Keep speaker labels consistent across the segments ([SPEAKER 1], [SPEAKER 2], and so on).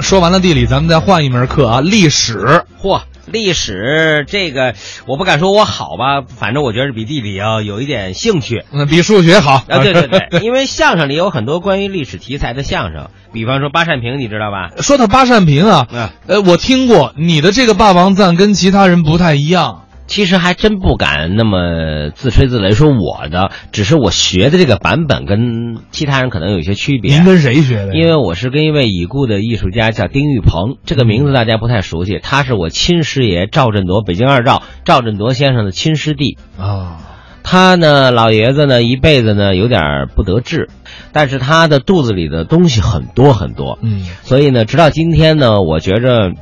[SPEAKER 1] 说完了地理，咱们再换一门课啊，历史。
[SPEAKER 2] 嚯，历史这个我不敢说我好吧，反正我觉得比地理要有一点兴趣。
[SPEAKER 1] 嗯，比数学好
[SPEAKER 2] 啊，对对对，因为相声里有很多关于历史题材的相声，比方说八扇屏，你知道吧？
[SPEAKER 1] 说到八扇屏啊，
[SPEAKER 2] 嗯，
[SPEAKER 1] 呃，我听过你的这个霸王赞跟其他人不太一样。
[SPEAKER 2] 其实还真不敢那么自吹自擂说我的，只是我学的这个版本跟其他人可能有一些区别。
[SPEAKER 1] 您跟谁学的呀？
[SPEAKER 2] 因为我是跟一位已故的艺术家叫丁玉鹏，这个名字大家不太熟悉，他是我亲师爷赵振铎，北京二赵赵振铎先生的亲师弟。
[SPEAKER 1] 啊，
[SPEAKER 2] 他呢，老爷子呢，一辈子呢有点儿不得志，但是他的肚子里的东西很多很多，
[SPEAKER 1] 嗯，
[SPEAKER 2] 所以呢，直到今天呢，我觉着，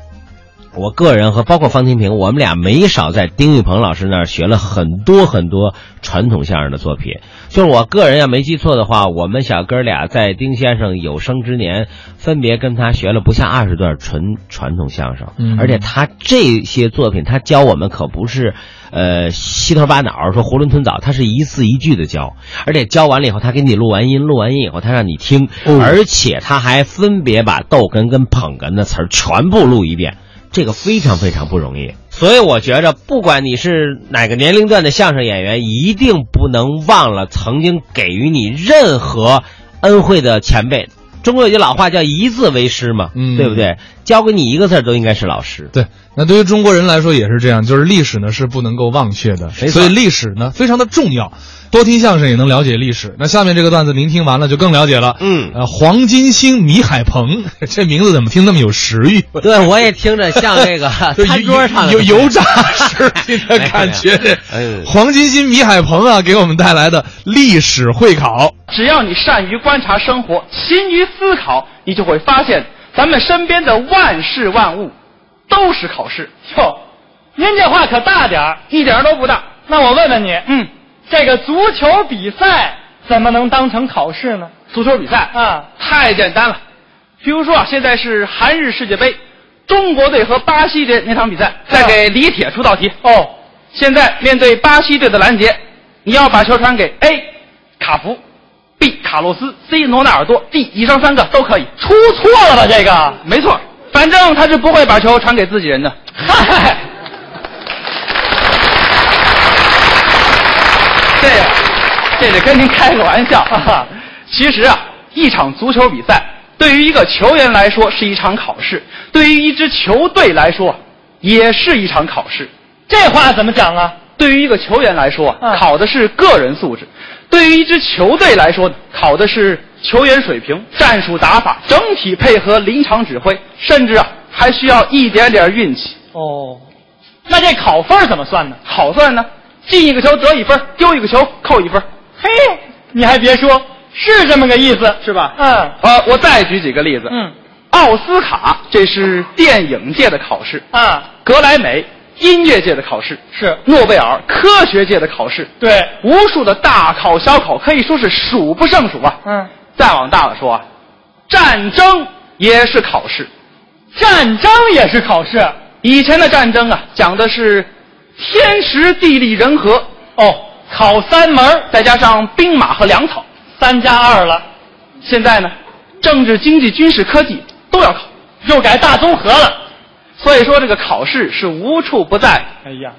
[SPEAKER 2] 我个人和包括方清平，我们俩没少在丁玉鹏老师那儿学了很多很多传统相声的作品。就是我个人要没记错的话，我们小哥俩在丁先生有生之年，分别跟他学了不下二十段纯传统相声，
[SPEAKER 1] 嗯
[SPEAKER 2] 而且他这些作品，他教我们可不是，呃，稀头巴脑说囫囵吞枣，他是一字一句的教，而且教完了以后，他给你录完音，录完音以后，他让你听，
[SPEAKER 1] 哦
[SPEAKER 2] 而且他还分别把逗哏跟捧哏的词儿全部录一遍，这个非常非常不容易。所以我觉着，不管你是哪个年龄段的相声演员，一定不能忘了曾经给予你任何恩惠的前辈。中国有句老话叫“一字为师”嘛，
[SPEAKER 1] 嗯
[SPEAKER 2] 对不对？教给你一个字儿都应该是老师。
[SPEAKER 1] 对。那对于中国人来说也是这样，就是历史呢是不能够忘却的，
[SPEAKER 2] 没错
[SPEAKER 1] 所以历史呢非常的重要。多听相声也能了解历史。那下面这个段子您听完了就更了解了。
[SPEAKER 2] 嗯
[SPEAKER 1] 呃，黄金星米海鹏 这名字怎么听那么有食欲？
[SPEAKER 2] 对，我也听着像这个
[SPEAKER 1] 就是
[SPEAKER 2] 餐
[SPEAKER 1] 油
[SPEAKER 2] 桌上的
[SPEAKER 1] 油油炸 食品的感觉。
[SPEAKER 2] 哎呦
[SPEAKER 1] 黄金心米海鹏啊，给我们带来的历史会考。
[SPEAKER 3] 只要你善于观察生活，勤于思考，你就会发现咱们身边的万事万物都是考试。哟，您这话可大点儿，一点儿都不大。那我问问你，嗯，这个足球比赛怎么能当成考试呢？足球比赛啊，太简单了。比如说啊，现在是韩日世界杯，中国队和巴西队那场比赛，再给呃李铁出道题哦。现在面对巴西队的拦截，你要把球传给 A 卡福，B 卡洛斯，C 罗纳尔多，D 以上三个都可以。出错了吧？这个没错，反正他是不会把球传给自己人的。嗨，这这得跟您开个玩 笑。哈哈。其实啊，一场足球比赛对于一个球员来说是一场考试，对于一支球队来说也是一场考试。这话怎么讲啊？对于一个球员来说，
[SPEAKER 4] 嗯
[SPEAKER 3] 考的是个人素质；对于一支球队来说，考的是球员水平、战术打法、整体配合、临场指挥，甚至啊还需要一点点运气。
[SPEAKER 4] 哦，那这考分怎么算呢？
[SPEAKER 3] 好算呢，进一个球得一分，丢一个球扣一分。
[SPEAKER 4] 嘿，你还别说，是这么个意思，
[SPEAKER 3] 是吧
[SPEAKER 4] 嗯
[SPEAKER 3] 呃，我再举几个例子。
[SPEAKER 4] 嗯
[SPEAKER 3] 奥斯卡这是电影界的考试，
[SPEAKER 4] 啊，
[SPEAKER 3] 格莱美音乐界的考试，
[SPEAKER 4] 是
[SPEAKER 3] 诺贝尔科学界的考试，
[SPEAKER 4] 对，
[SPEAKER 3] 无数的大考小考可以说是数不胜数啊。
[SPEAKER 4] 嗯，
[SPEAKER 3] 再往大了说啊，战争也是考试。
[SPEAKER 4] 战争也是考试。
[SPEAKER 3] 以前的战争啊，讲的是天时地利人和哦，考三门儿，再加上兵马和粮草，
[SPEAKER 4] 三加二了，
[SPEAKER 3] 现在呢，政治、经济、军事、科技都要考，
[SPEAKER 4] 又改大综合了。
[SPEAKER 3] 所以说这个考试是无处不在。
[SPEAKER 4] 哎呀，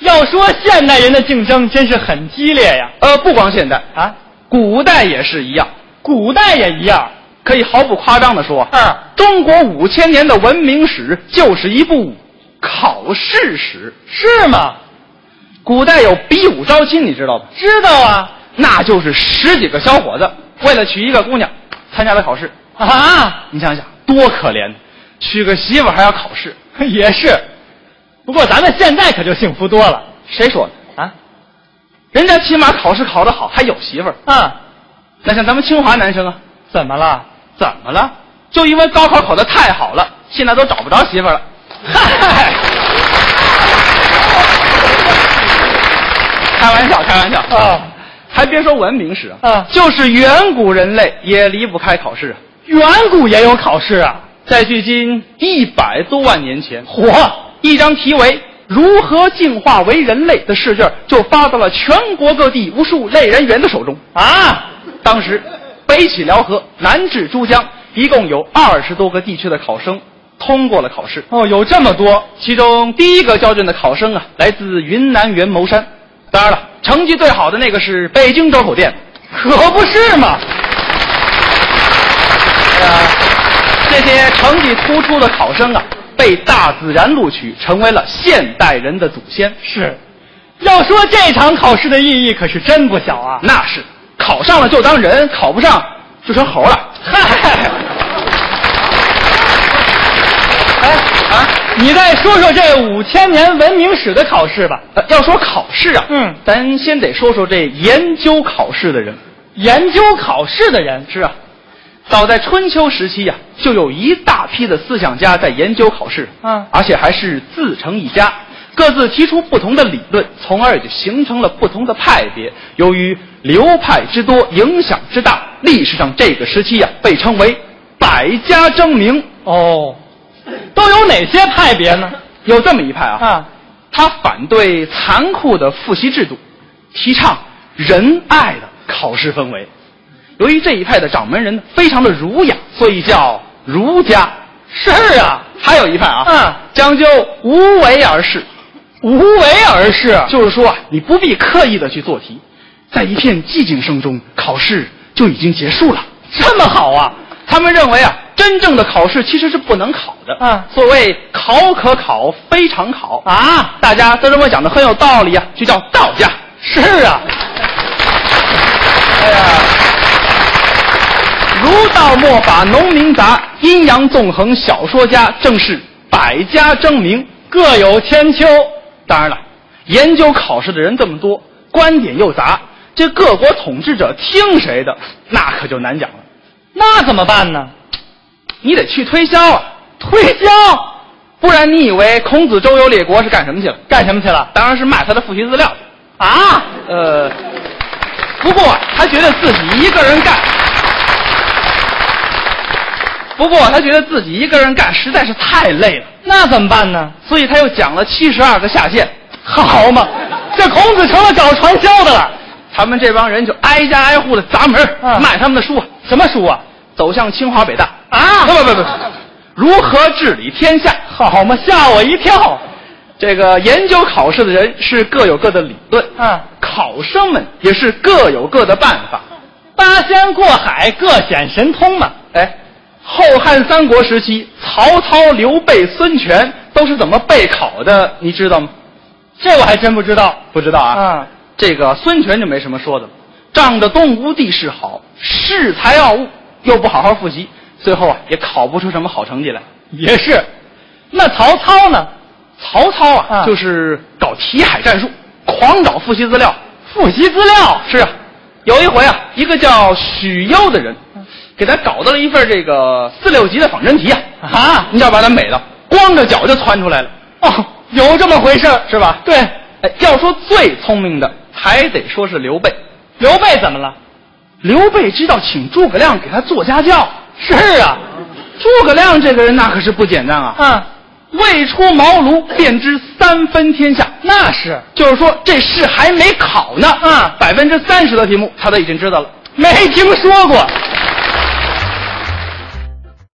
[SPEAKER 4] 要说现代人的竞争真是很激烈呀！
[SPEAKER 3] 呃，不光现代，
[SPEAKER 4] 啊，
[SPEAKER 3] 古代也是一样。
[SPEAKER 4] 古代也一样。
[SPEAKER 3] 可以毫不夸张地说，
[SPEAKER 4] 嗯，
[SPEAKER 3] 啊中国五千年的文明史就是一部考试史。
[SPEAKER 4] 是吗？
[SPEAKER 3] 古代有比武招亲，你知道吧？
[SPEAKER 4] 知道啊
[SPEAKER 3] 那就是十几个小伙子为了娶一个姑娘，参加了考试。
[SPEAKER 4] 啊，
[SPEAKER 3] 你想想，多可怜！娶个媳妇还要考试，
[SPEAKER 4] 也是。不过咱们现在可就幸福多了
[SPEAKER 3] 谁说的？
[SPEAKER 4] 啊
[SPEAKER 3] 人家起码考试考得好，还有媳妇儿。
[SPEAKER 4] 啊！
[SPEAKER 3] 那像咱们清华男生啊，
[SPEAKER 4] 怎么了？
[SPEAKER 3] 怎么了？就因为高考考得太好了，现在都找不着媳妇儿 了。嗨，开玩笑，开玩笑
[SPEAKER 4] 啊！
[SPEAKER 3] 还别说文明史
[SPEAKER 4] 啊
[SPEAKER 3] 就是远古人类也离不开考试啊。
[SPEAKER 4] 远古也有考试啊！
[SPEAKER 3] 在距今一百多万年前，
[SPEAKER 4] 火
[SPEAKER 3] 一张题为《如何进化为人类》的试卷就发到了全国各地无数类人猿的手中。
[SPEAKER 4] 啊！
[SPEAKER 3] 当时，北起辽河，南至珠江，一共有二十多个地区的考生通过了考试。
[SPEAKER 4] 哦，有这么多，
[SPEAKER 3] 其中第一个校卷的考生啊，来自云南元谋山。当然了，成绩最好的那个是北京周口店，
[SPEAKER 4] 可不是嘛？
[SPEAKER 3] 呃，这些成绩突出的考生啊，被大自然录取，成为了现代人的祖先。
[SPEAKER 4] 是，要说这场考试的意义可是真不小啊。
[SPEAKER 3] 那是，考上了就当人，考不上就成猴 了。
[SPEAKER 4] 嗨，
[SPEAKER 3] 哎啊！
[SPEAKER 4] 你再说说这五千年文明史的考试吧。
[SPEAKER 3] 呃要说考试啊，
[SPEAKER 4] 嗯
[SPEAKER 3] 咱先得说说这研究考试的人。
[SPEAKER 4] 研究考试的人
[SPEAKER 3] 是啊，早在春秋时期呀、就有一大批的思想家在研究考试，
[SPEAKER 4] 嗯
[SPEAKER 3] 而且还是自成一家，各自提出不同的理论，从而也就形成了不同的派别。由于流派之多，影响之大，历史上这个时期呀、被称为百家争鸣。
[SPEAKER 4] 哦，都有哪些派别 呢？
[SPEAKER 3] 有这么一派
[SPEAKER 4] 啊，
[SPEAKER 3] 他反对残酷的复习制度，提倡仁爱的考试氛围。由于这一派的掌门人呢非常的儒雅，所以叫儒家。
[SPEAKER 4] 是啊，
[SPEAKER 3] 还有一派啊，
[SPEAKER 4] 嗯
[SPEAKER 3] 讲究无为而事，
[SPEAKER 4] 无为而事。
[SPEAKER 3] 就是说啊，你不必刻意的去做题，在一片寂静声中，考试就已经结束了。
[SPEAKER 4] 这么好啊？
[SPEAKER 3] 他们认为啊，真正的考试其实是不能考的。
[SPEAKER 4] 嗯
[SPEAKER 3] 所谓考可考，非常考。
[SPEAKER 4] 啊，
[SPEAKER 3] 大家都认为讲的很有道理啊，就叫道家。
[SPEAKER 4] 是啊，
[SPEAKER 3] 哎呀，儒道墨法、农民杂、阴阳纵横、小说家，正是百家争鸣，各有千秋。当然了，研究考试的人这么多，观点又杂，这各国统治者听谁的，那可就难讲了。
[SPEAKER 4] 那怎么办呢？
[SPEAKER 3] 你得去推销啊，推销，不然你以为孔子周游列国是干什么去了？
[SPEAKER 4] 干什么去了？
[SPEAKER 3] 当然是卖他的复习资料去。
[SPEAKER 4] 啊，
[SPEAKER 3] 呃，不过啊他觉得自己一个人干，不过他觉得自己一个人干实在是太累了，
[SPEAKER 4] 那怎么办呢？
[SPEAKER 3] 所以他又讲了七十二个下线。
[SPEAKER 4] 好嘛，这孔子成了搞传销的了。
[SPEAKER 3] 他们这帮人就挨家挨户的砸门儿、
[SPEAKER 4] 嗯
[SPEAKER 3] 卖他们的书啊，
[SPEAKER 4] 什么书啊？
[SPEAKER 3] 走向清华北大
[SPEAKER 4] 啊
[SPEAKER 3] 不不不不，如何治理天下？
[SPEAKER 4] 好嘛，吓我一跳。
[SPEAKER 3] 这个研究考试的人是各有各的理论，
[SPEAKER 4] 嗯
[SPEAKER 3] 考生们也是各有各的办 法。
[SPEAKER 4] 八仙过海，各显神通嘛。
[SPEAKER 3] 哎，后汉三国时期，曹操、刘备、孙权都是怎么备考的？你知道吗？
[SPEAKER 4] 这我还真不知道。
[SPEAKER 3] 不知道啊。
[SPEAKER 4] 啊，
[SPEAKER 3] 这个孙权就没什么说的了，仗着东吴地势好，恃才傲物，又不好好复习，最后啊也考不出什么好成绩来。
[SPEAKER 4] 也是。那曹操呢？
[SPEAKER 3] 曹操啊，
[SPEAKER 4] 啊
[SPEAKER 3] 就是搞题海战术，狂搞复习资料。
[SPEAKER 4] 复习资料
[SPEAKER 3] 是啊，有一回啊，一个叫许攸的人，
[SPEAKER 4] 嗯
[SPEAKER 3] 给他搞到了一份这个四六级的仿真题啊，
[SPEAKER 4] 啊？
[SPEAKER 3] 你知道把他美的光着脚就窜出来了。
[SPEAKER 4] 哦，有这么回事儿
[SPEAKER 3] 是吧
[SPEAKER 4] 对，
[SPEAKER 3] 哎，要说最聪明的，还得说是刘备。
[SPEAKER 4] 刘备怎么了？
[SPEAKER 3] 刘备知道请诸葛亮给他做家教，嗯
[SPEAKER 4] 是啊，
[SPEAKER 3] 诸葛亮这个人那可是不简单啊！
[SPEAKER 4] 嗯，
[SPEAKER 3] 未出茅庐便知三分天下，
[SPEAKER 4] 那是
[SPEAKER 3] 就是说这试还没考呢，
[SPEAKER 4] 啊
[SPEAKER 3] 百分之三十的题目他都已经知道了。
[SPEAKER 4] 没听说过。